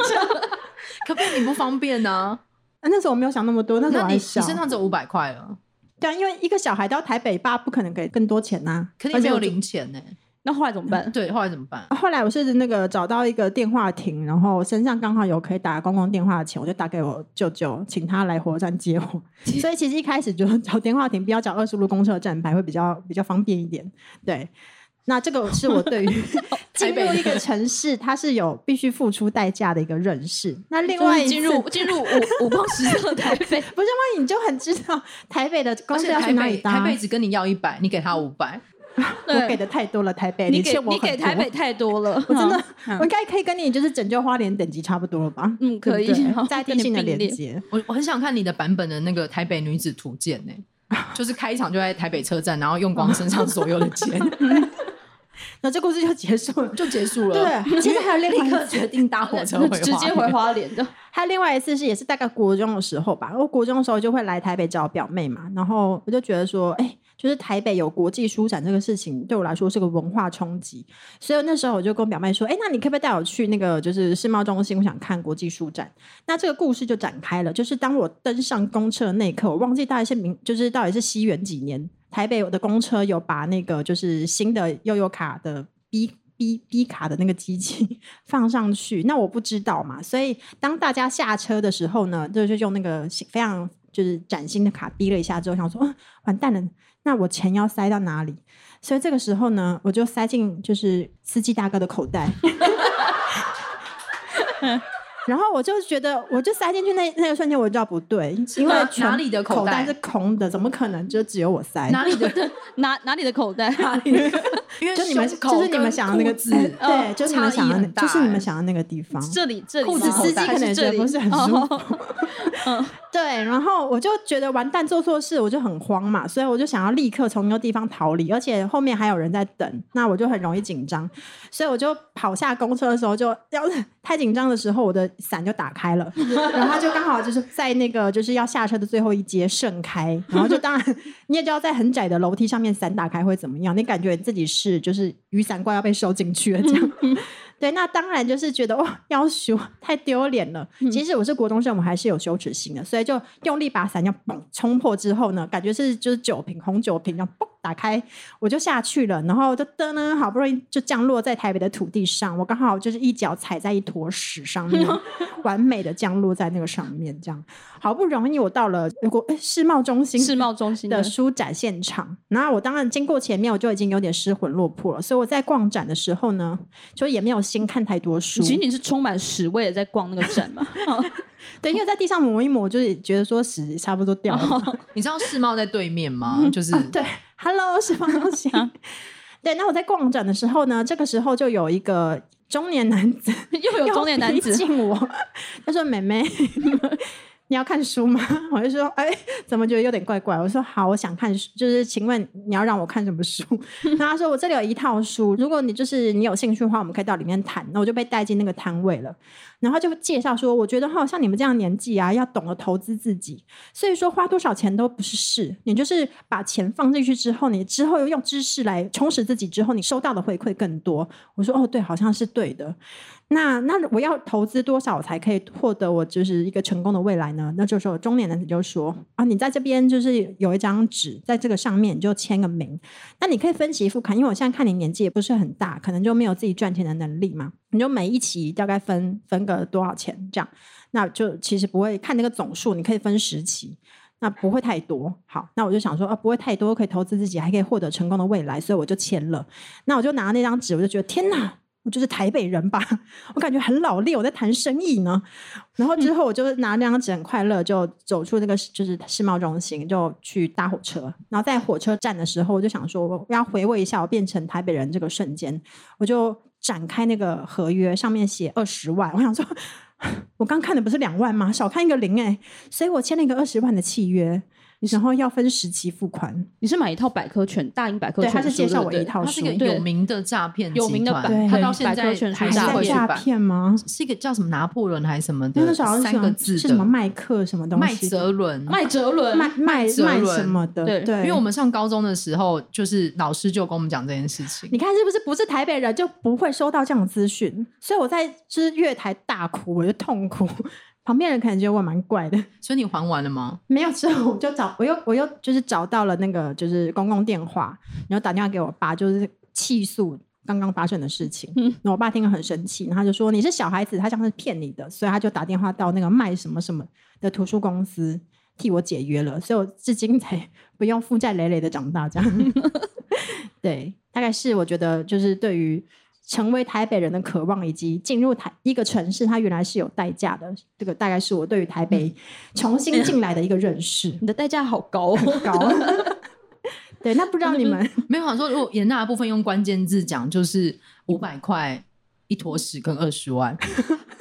可不可以你不方便呢、 那时候我没有想那么多， 那时候那我你还你小。身上只有五百块了，对啊，因为一个小孩到台北，爸不可能给更多钱呐、可你而没且有我就零钱呢、那后来怎么办？对，后来怎么办？啊后来我是那个找到一个电话亭，然后身上刚好有可以打公共电话的钱，我就打给我舅舅，请他来火车站接 我。所以其实一开始就 找电话亭，不要找二十路公车站牌会比较比较方便一点。对，那这个是我 对于台进北入人一个城市，它是有必须付出代价的一个认识。那 另就外一是次进入进入五五光十色的台 北，不是吗？你就很知道台北的公而车且要台去哪北里台搭北。只跟你要一百，你给他五百，我给的太多了，台北你给欠我你给很多台北，太多了， 我真的嗯我应该可以跟你就是拯救花莲等级差不多了吧？嗯对不可以对然后在地跟你哦性的并连列接。我我很想看你的版本的那个《台北女子图鉴》呢、就是开场就在台北车站，然后用光身上所有的 钱那这故事就结束了。就结束了。对，其实还有另 外立一刻次，决定搭 火车回花莲直接回花莲的，还有另外一次是也是大概国中的时候吧。我国中的时候就会来台北找表妹嘛，然后我就觉得说，哎、就是台北有国际书展这个事情，对我来说是个文化冲击，所以那时候我就跟我表妹说，哎、那你可不可以带我去那个就是世贸中心，我想看国际书展。那这个故事就展开了，就是当我登上公车的那一刻，我忘记到底是明，就是到底是西元几年，台北的公车有把那个就是新的悠悠卡的 B。B B 卡的那个机器放上去，那我不知道嘛，所以当大家下车的时候呢，就是用那个非常就是崭新的卡逼了一下之后，想说、 啊、完蛋了，那我钱要塞到哪里？所以这个时候呢，我就塞进就是司机大哥的口袋， 然后我就觉得，我就塞进去那那个瞬间，我就知道不对，因为哪全哪里的口口袋袋是空的，怎么可能就只有我塞？哪 里的？哪哪里的口袋？因为就你们胸口就是你跟们想的那个裤字，子嗯对，就是你们想的差异那，很大就是你欸们想的那个地方。 这里这里裤裤子子吗司机还可能这觉里得不是很舒服哦， 对，然后我就觉得完蛋，做错事我就很慌嘛，所以我就想要立刻从那个地方逃离，而且后面还有人在等，那我就很容易紧张，所以我就跑下公车的时候就要太紧张的时候，我的伞就打开了，然后它就刚好就是在那个就是要下车的最后一节盛开，然后就当然你也知道在很窄的楼梯上面伞打开会怎么样，你感觉自己是就是雨伞怪要被收进去了这样。对，那当然就是觉得哇，要羞太丢脸了。嗯其实我是国中生，我还是有羞耻心的，所以就用力把伞要嘣冲破之后呢，感觉是就是酒瓶红酒瓶这样嘣打开，我就下去了，然后就噔呢，好不容易就降落在台北的土地上，我刚好就是一脚踩在一坨屎 上面，完美的降落在那个上面，这样好不容易我到了国诶世贸中心，世贸中心的的书展现场。然后我当然经过前面，我就已经有点失魂落魄了。所以我在逛展的时候呢，就也没有心看太多书，仅仅是充满屎味的在逛那个展嘛。对，因为在地上抹一抹，就是觉得说屎差不多掉了。 哦 你知道世贸在对面吗？就是、嗯啊对，Hello，是方东西。 对，那我在逛展的时候呢，这个时候就有一个中年男子又有中年男要逼子，近我， 他说：“妹妹， 你要看书吗？”我就说：“哎、怎么觉得有点怪怪？”我说：“好，我想看书，就是请问你要让我看什么书？”然后他说：“我这里有一套书，如果你就是你有兴趣的话，我们可以到里面谈。”那我就被带进那个摊位了，然后他就介绍说：“我觉得哈，像你们这样年纪啊，要懂得投资自己，所以说花多少钱都不是事，你就是把钱放进去之后，你之后用知识来充实自己，之后你收到的回馈更多。”我说：“哦，对，好像是对的。”那那我要投资多少才可以获得我就是一个成功的未来呢？那就是我中年男子就说啊，你在这边就是有一张纸，在这个上面你就签个名。那你可以分期付款，因为我现在看你年纪也不是很大，可能就没有自己赚钱的能力嘛。你就每一期大概分分个多少钱这样，那就其实不会看那个总数，你可以分十期。那不会太多，好，那我就想说啊，不会太多，可以投资自己，还可以获得成功的未来，所以我就签了。那我就拿那张纸，我就觉得天哪，我就是台北人吧，我感觉很老练，我在谈生意呢。然后之嗯后我就拿那张纸很快乐，就走出那个就是世贸中心，就去搭火车。然后在火车站的时候，我就想说，我要回味一下我变成台北人这个瞬间，我就展开那个合约，上面写二十万，我想说。 我刚看的不是两万吗？少看一个零哎、所以我签了一个二十万的契约，然后要分十期付款。你是买一套百科全，大英百科对，全书，他是介绍我对一不对套它是书一，个对有名的诈骗集团，有名的对他到现百在科全书还大拿会回是去诈版，骗吗？是一个叫什么拿破仑还是什么因为那的时候好像三个字的，是什么麦克什么东西，麦哲伦。麦哲伦，卖卖哲卖伦什么的，对对，因为我们上高中的时候，就是老师就跟我们讲这件事情你。看是不是不是台北人就不会收到这样的资讯，所以我在就是月台大哭，我就痛哭，旁边人可能觉得我蛮怪的，所以你还完了吗？没有之后我就找我又我又就是找到了那个就是公共电话，然后打电话给我爸，就是气诉。刚刚发生的事情，嗯那我爸听了很生气，然后他就说你是小孩子，他像是骗你的，所以他就打电话到那个卖什么什么的图书公司替我解约了，所以我至今才不用负债累累的长大这样。对，大概是我觉得就是对于成为台北人的渴望，以及进入台一个城市，它原来是有代价的。这个大概是我对于台北重新进来的一个认识。你的代价好高哦。高，对，那不知道你们没有想说，如果严娜的部分用关键字讲，就是五百块一坨屎跟二十万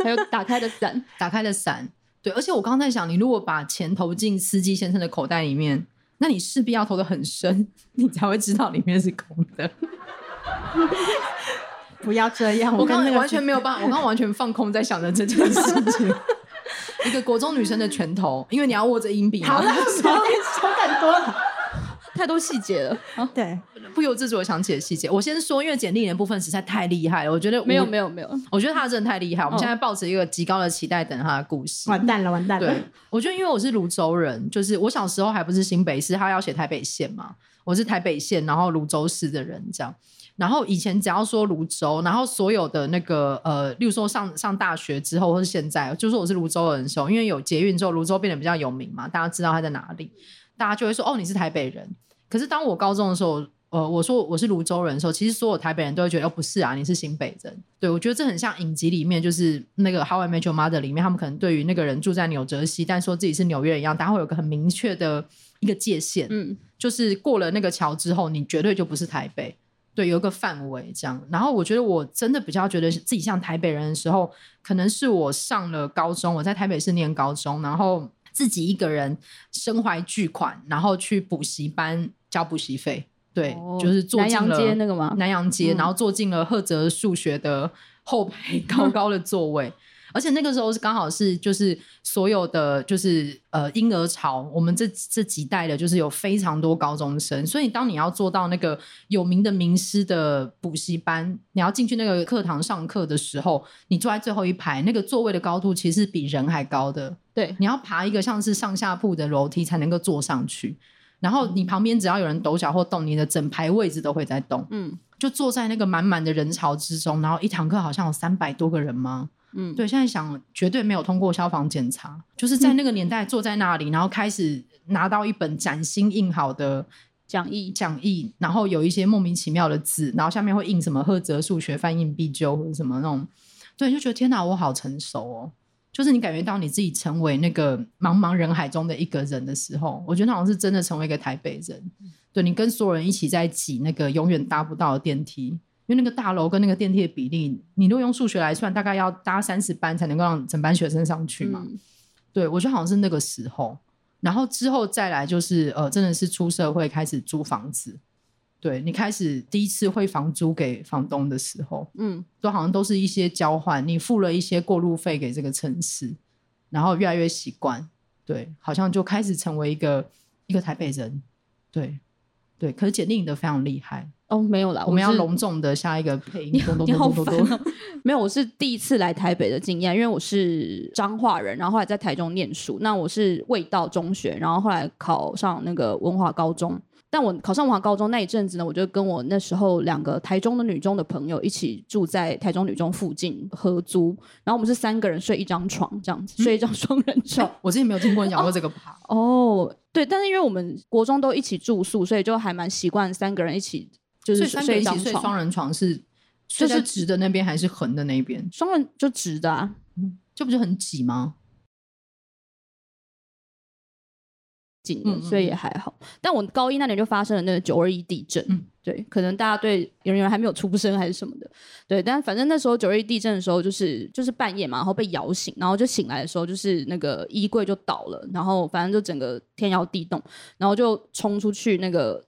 还有打开的伞，打开的伞。对，而且我刚刚在想，你如果把钱投进司机先生的口袋里面，那你势必要投的很深，你才会知道里面是空的。不要这样，我跟刚那刚个完全没有办法，我刚刚完全放空在想着这件事情。 一个国中女生的拳头，因为你要握着硬笔嘛，好了，手手很多了。太多细节了。啊对，不由自主的想起了细节。我先说，因为简历人部分实在太厉害了，我觉得没有没有，嗯有没有，我觉得他真的太厉害。我们哦现在抱持一个极高的期待，等他的故事。完蛋了，完蛋了对。， 我觉得因为我是泸州人，就是我小时候还不是新北市，他要写台北县嘛，我是台北县，然后泸州市的人这样。然后以前只要说泸州，然后所有的那个呃，例如说上上大学之后，或是现在，就说我是泸州人的时候，因为有捷运之后，泸州变得比较有名嘛，大家知道它在哪里，大家就会说哦，你是台北人。可是当我高中的时候，呃，我说我是泸州人的时候，其实所有台北人都会觉得哦，不是啊，你是新北人。对我觉得这很像影集里面，就是那个《How I Met Your Mother》里面，他们可能对于那个人住在纽泽西，但说自己是纽约人一样，大家会有个很明确的一个界限。嗯，就是过了那个桥之后，你绝对就不是台北。对，有一个范围这样。然后我觉得我真的比较觉得是自己像台北人的时候，可能是我上了高中，我在台北市念高中，然后自己一个人身怀巨款，然后去补习班交补习费。对，哦就是坐南进洋了街那个吗？南洋街，嗯然后坐进了赫哲数学的后排高高的座位。而且那个时候是刚好是就是所有的就是呃婴儿潮，我们这这几代的就是有非常多高中生，所以当你要做到那个有名的名师的补习班，你要进去那个课堂上课的时候，你坐在最后一排，那个座位的高度其实比人还高的，对，你要爬一个像是上下铺的楼梯才能够坐上去。然后你旁边只要有人抖脚或动，你的整排位置都会在动。嗯就坐在那个满满的人潮之中，然后一堂课好像有三百多个人吗？嗯，对，现在想绝对没有通过消防检查，就是在那个年代坐在那里，然后开始拿到一本崭新印好的讲义讲义，然后有一些莫名其妙的字，然后下面会印什么“赫哲数学翻印必究”或者什么那种，对，就觉得天哪，我好成熟哦。就是你感觉到你自己成为那个茫茫人海中的一个人的时候，我觉得好像是真的成为一个台北人。对你跟所有人一起在挤那个永远搭不到的电梯，因为那个大楼跟那个电梯的比例，你如果用数学来算，大概要搭三十班才能够让整班学生上去嘛。嗯对，我觉得好像是那个时候，然后之后再来就是呃，真的是出社会开始租房子，对你开始第一次会房租给房东的时候，嗯都好像都是一些交换，你付了一些过路费给这个城市，然后越来越习惯，对，好像就开始成为一个一个台北人，对对，可是简历你的非常厉害，哦没有啦，我们要是隆重的下一个配音，咚咚你好咚咚烦咚哦咚，！ 没有，我是第一次来台北的经验，因为我是彰化人，然后后来在台中念书。那我是味道中学，然后后来考上那个文华高中。但我考上文华高中那一阵子呢，我就跟我那时候两个台中的女中的朋友一起住在台中女中附近合租，然后我们是三个人睡一张床，这样子睡一张双人 床。我之前没有听过你讲过这个吧？哦，对，但是因为我们国中都一起住宿，所以就还蛮习惯三个人一起，就所是以三个睡一人一张起睡床双。人床是就睡是在直的那边还是横的那边？双人就直的啊，这不就很挤吗？紧的，嗯嗯所以也还好。但我高一那年就发生了那个九二一地震，嗯对，可能大家对有人有人还没有出生还是什么的，对。但反正那时候九二一地震的时候，就是就是半夜嘛，然后被摇醒，然后就醒来的时候，就是那个衣柜就倒了，然后反正就整个天摇地动，然后就冲出去那个。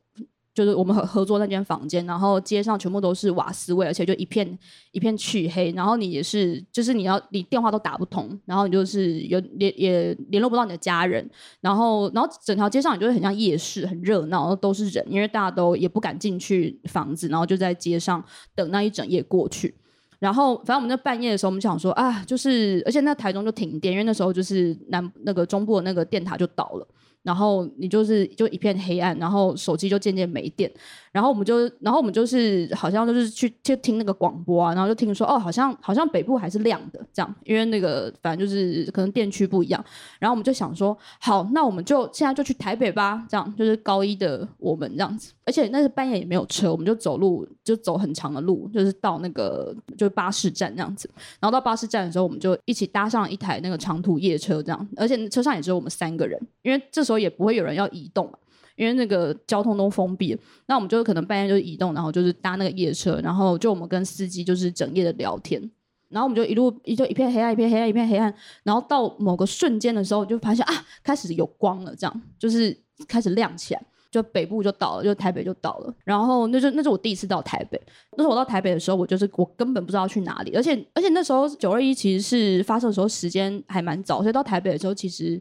就是我们合合作那间房间，然后街上全部都是瓦斯味，而且就一片一片黢黑。然后你也是，就是你要你电话都打不通，然后你就是有联也联络不到你的家人，然后，然后整条街上你就会很像夜市，很热闹，然后都是人，因为大家都也不敢进去房子，然后就在街上等那一整夜过去。然后，反正我们在半夜的时候，我们想说啊，就是而且那台中就停电，因为那时候就是南那个中部的那个电塔就倒了，然后你就是就一片黑暗，然后手机就渐渐没电，然后我们就然后我们就是好像就是去去听那个广播啊，然后就听说哦，好像好像北部还是亮的这样，因为那个反正就是可能电区不一样。然后我们就想说，好，那我们就现在就去台北吧，这样就是高一的我们这样子，而且那是半夜也没有车，我们就走路，就走很长的路，就是到那个就是巴士站这样子，然后到巴士站的时候，我们就一起搭上一台那个长途夜车这样，而且车上也只有我们三个人，因为这时候也不会有人要移动嘛。因为那个交通都封闭了，那我们就可能半夜就移动，然后就是搭那个夜车，然后就我们跟司机就是整夜的聊天，然后我们就一路一就一片黑暗，一片黑暗，一片黑暗，然后到某个瞬间的时候，就发现啊，开始有光了，这样就是开始亮起来。就北部就到了，就台北就到了，然后那就那是我第一次到台北。那时候我到台北的时候，我就是我根本不知道去哪里，而且而且那时候九二一其实是发生的时候时间还蛮早，所以到台北的时候其实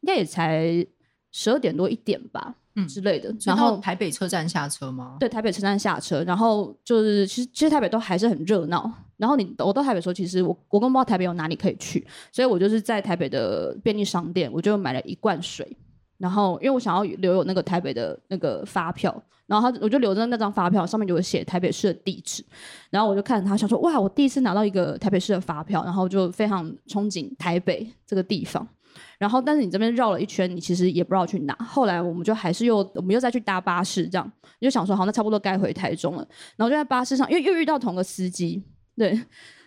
应该也才十二点多一点吧，嗯之类的。所然以到后台北车站下车吗？对，台北车站下车，然后就是其实其实台北都还是很热闹。然后你我到台北的时候，其实我我根本不知道台北有哪里可以去，所以我就是在台北的便利商店，我就买了一罐水。然后因为我想要留有那个台北的那个发票，然后他我就留着那张发票，上面就有写台北市的地址。然后我就看着他，想说哇，我第一次拿到一个台北市的发票，然后就非常憧憬台北这个地方。然后，但是你这边绕了一圈，你其实也不知道去哪。后来我们就还是又，我们又再去搭巴士，这样就想说，好，那差不多该回台中了。然后就在巴士上，因为又遇到同个司机，对，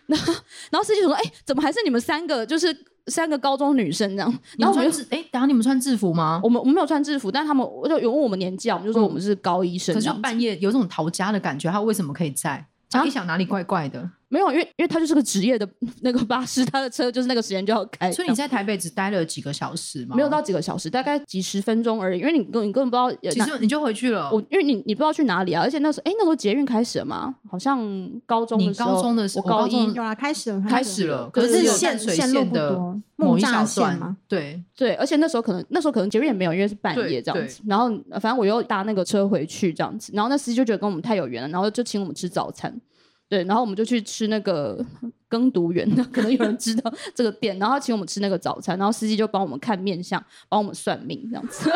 然后然后司机就说，哎、怎么还是你们三个，就是三个高中女生这样？你然后们我穿们制哎，等下你们穿制服吗？我们我们没有穿制服，但他们我就有问我们年纪啊，我们就说嗯我们是高一生可这是样子。半夜有种逃家的感觉，他为什么可以在？啊他一想哪里怪怪的，没有，因为因为他就是个职业的那个巴士，他的车就是那个时间就要开。所以你在台北只待了几个小时吗？没有到，几个小时，大概几十分钟而已，因为你根本你根本不知道呃。其实你就回去了。我因为你你不知道去哪里啊，而且那时候哎、那时候捷运开始了嘛，好像高中你的时候，高中的时候我高我高一中有啦，开始了，开始了，可可是有线淡水线路线不的多，某木一栅小线段吗？对，对，而且那时候可能那时候可能捷运也没有，因为是半夜对这样子。然后呃反正我又搭那个车回去这样子，然后那司机就觉得跟我们太有缘了，然后就请我们吃早餐。对，然后我们就去吃那个呃耕读园，可能有人知道这个店，然后他请我们吃那个早餐，然后司机就帮我们看面相，帮我们算命这样子。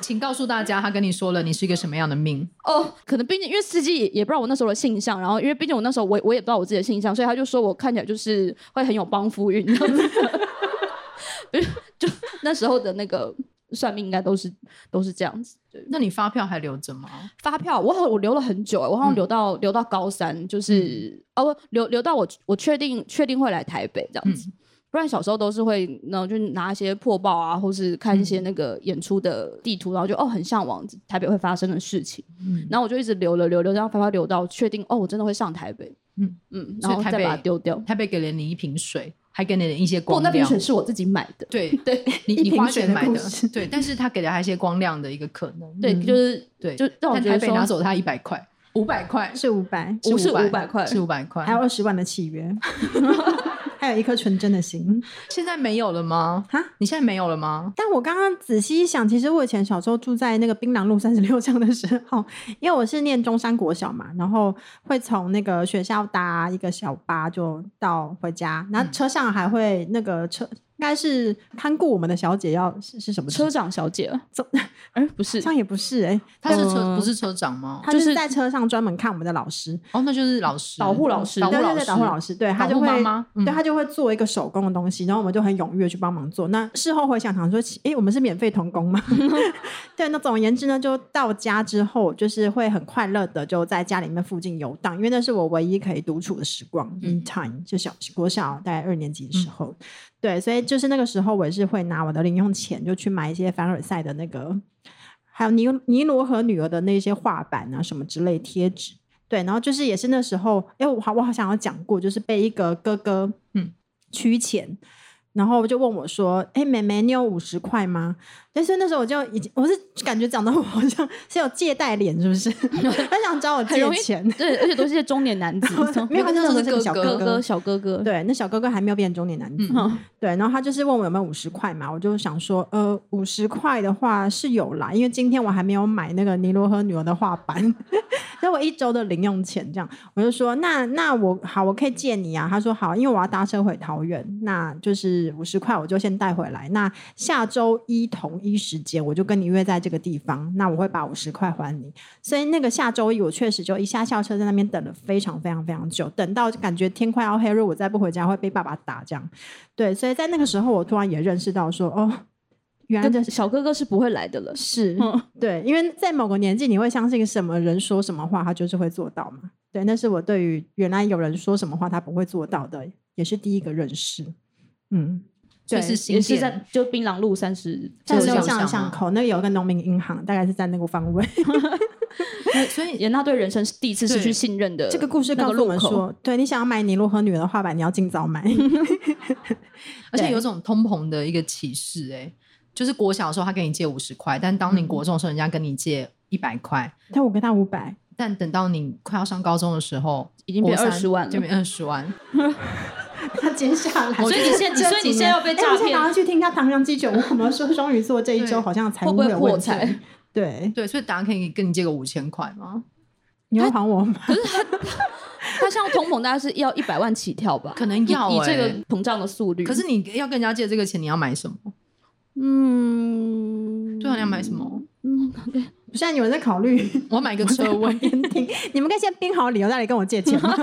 请告诉大家，他跟你说了你是一个什么样的命。哦，可能毕竟因为司机也也不知道我那时候的性向，然后因为毕竟我那时候我也我也不知道我自己的性向，所以他就说我看起来就是会很有帮夫 运这样子。就那时候的那个算命应该都是都是这样子。那你发票还留着吗？发票，我好我留了很久、我好像嗯留到、留到高三，就是、哦留留到我我确定确定会来台北这样子。不然小时候都是会，然后就拿一些破报啊，或是看一些那个演出的地图，然后就哦很向往台北会发生的事情，嗯，然后我就一直留了留留，这样发发留到确定哦我真的会上台北，嗯嗯嗯，所以然后台再北把它丢掉。台北给了你一瓶水，还给你了一些不，光哦那亮。瓶水是我自己买的，对对你一你瓶花水钱的买故的，事对，但是他给了他一些光亮的一个可能。对，嗯就是对，就让我但觉得台北拿说走他一百块，五百块是五百，不是500 500块是五百块还。有二十万的契约， 还有一颗纯真的心。现在没有了吗？哈，你现在没有了吗？但我刚刚仔细一想，其实我以前小时候住在那个槟榔路三十六巷的时候，因为我是念中山国小嘛，然后会从那个学校搭一个小巴就到回家，嗯然后车上还会那个车应该是看顾我们的小姐要是是什么车长小姐，走哎不是好，像也不是哎、他是车、呃不是车长吗？她就是在车上专门看我们的老师，哦，那就是老师，导护老师导护对对老对，师，导护老师，对他导就护会妈妈嗯对他就会做一个手工的东西，然后我们就很踊跃去帮忙做。那事后回想想说，诶，我们是免费童工吗？ 对，那总而言之呢，就到家之后，就是会很快乐的就在家里面附近游荡，因为那是我唯一可以独处的时光。嗯 in time 就小国小大概二年级的时候，对，所以就是那个时候，我也是会拿我的零用钱就去买一些凡尔赛的那个，还有尼尼罗河女儿的那些画板啊什么之类贴纸。对，然后就是也是那时候，哎，我好我好想要讲过，就是被一个哥哥嗯嗯曲钱，然后就问我说：“哎，妹妹，你有五十块吗？”但是那时候我就已经，我是感觉讲到我好像是有借贷脸，是不 是？他想找我很借容易钱，，对，而且都是一些中年男子 没有，他那时候都是个小哥哥哥、小哥哥，对，那小哥哥还没有变成中年男子。嗯 对，然后他就是问我有没有五十块嘛，我就想说，呃，五十块的话是有啦，因为今天我还没有买那个尼罗河女儿的画板， 所以我一周的零用钱这样，我就说，那那我好，我可以借你啊。他说好，因为我要搭车回桃园，那就是五十块我就先带回来。那下周一同一时间我就跟你约在这个地方，那我会把五十块还你。所以那个下周一，我确实就一下校车在那边等了非常非常非常久，等到感觉天快要黑，如果我再不回家会被爸爸打这样。对，所以在那个时候，我突然也认识到说，哦，原来 这跟是小哥哥是不会来的了。是、嗯对，因为在某个年纪，你会相信什么人说什么话，他就是会做到嘛。对，那是我对于原来有人说什么话他不会做到的，也是第一个认识。嗯，所以对，是也新是店在就槟榔路三十，在这六个巷巷的吗巷口，那个有一个农民银行，大概是在那个方位。所以也那对人生是第一次失去信任的这个故事告诉我们那个路口，说，对你想要买尼罗河女儿的画板，你要尽早买。而且对有种通膨的一个启示、哎，就是国小的时候他跟你借五十块，但当你国中的时候，人家跟你借一百块， 但我跟他五百，但等到你快要上高中的时候，已经变国三20万了就变二十万。他接下来。所以你现这所以你几现在年要被哎诈我现在骗赶快去听一下唐扬鸡酒屋，我们说双鱼座这一对周好像财会务不会会有破问题财？对，对，所以大家可以跟你借个五千块吗？你要还我吗？ 他像通膨大概是要一百万起跳吧，可能要、以哎这个膨胀的速率。可是你要跟人家借这个钱，你要买什么？嗯，对啊，你要买什么？嗯，现在有啊人在考虑我要买一个车 位。边听，你们可以先编好理由再来跟我借钱吗？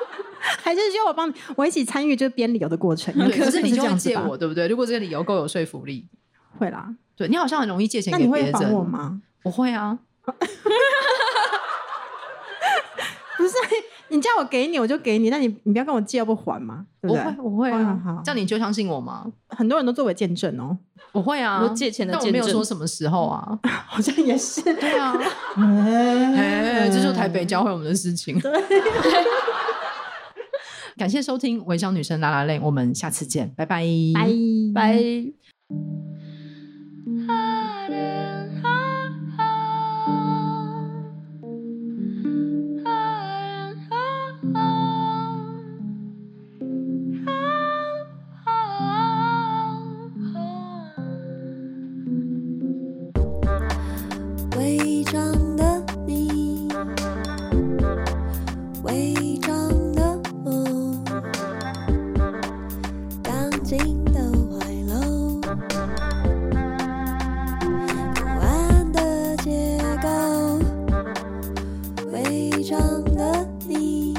还是需要我帮你，我一起参与就是编理由的过程？对，可是你是就这会样子借吧我，对不对？如果这个理由够有说服力，会啦。对你好像很容易借钱那给你别会人。还我吗？我会啊，不是， 你叫我给你，我就给你。那你你不要跟我借，要不还嘛，对不我对？会，我会好啊好。好这样你就相信我吗？很多人都作为见证哦，我会啊你，说借钱的但我没有见证说什么时 候啊。好像也是。 对啊，哎，这就是台北教会我们的事情。 感谢收听《微笑女生拉拉链》，我们下次见，拜拜，拜。拜。伪装的你，伪装的我，钢琴的怀楼，不安上的你。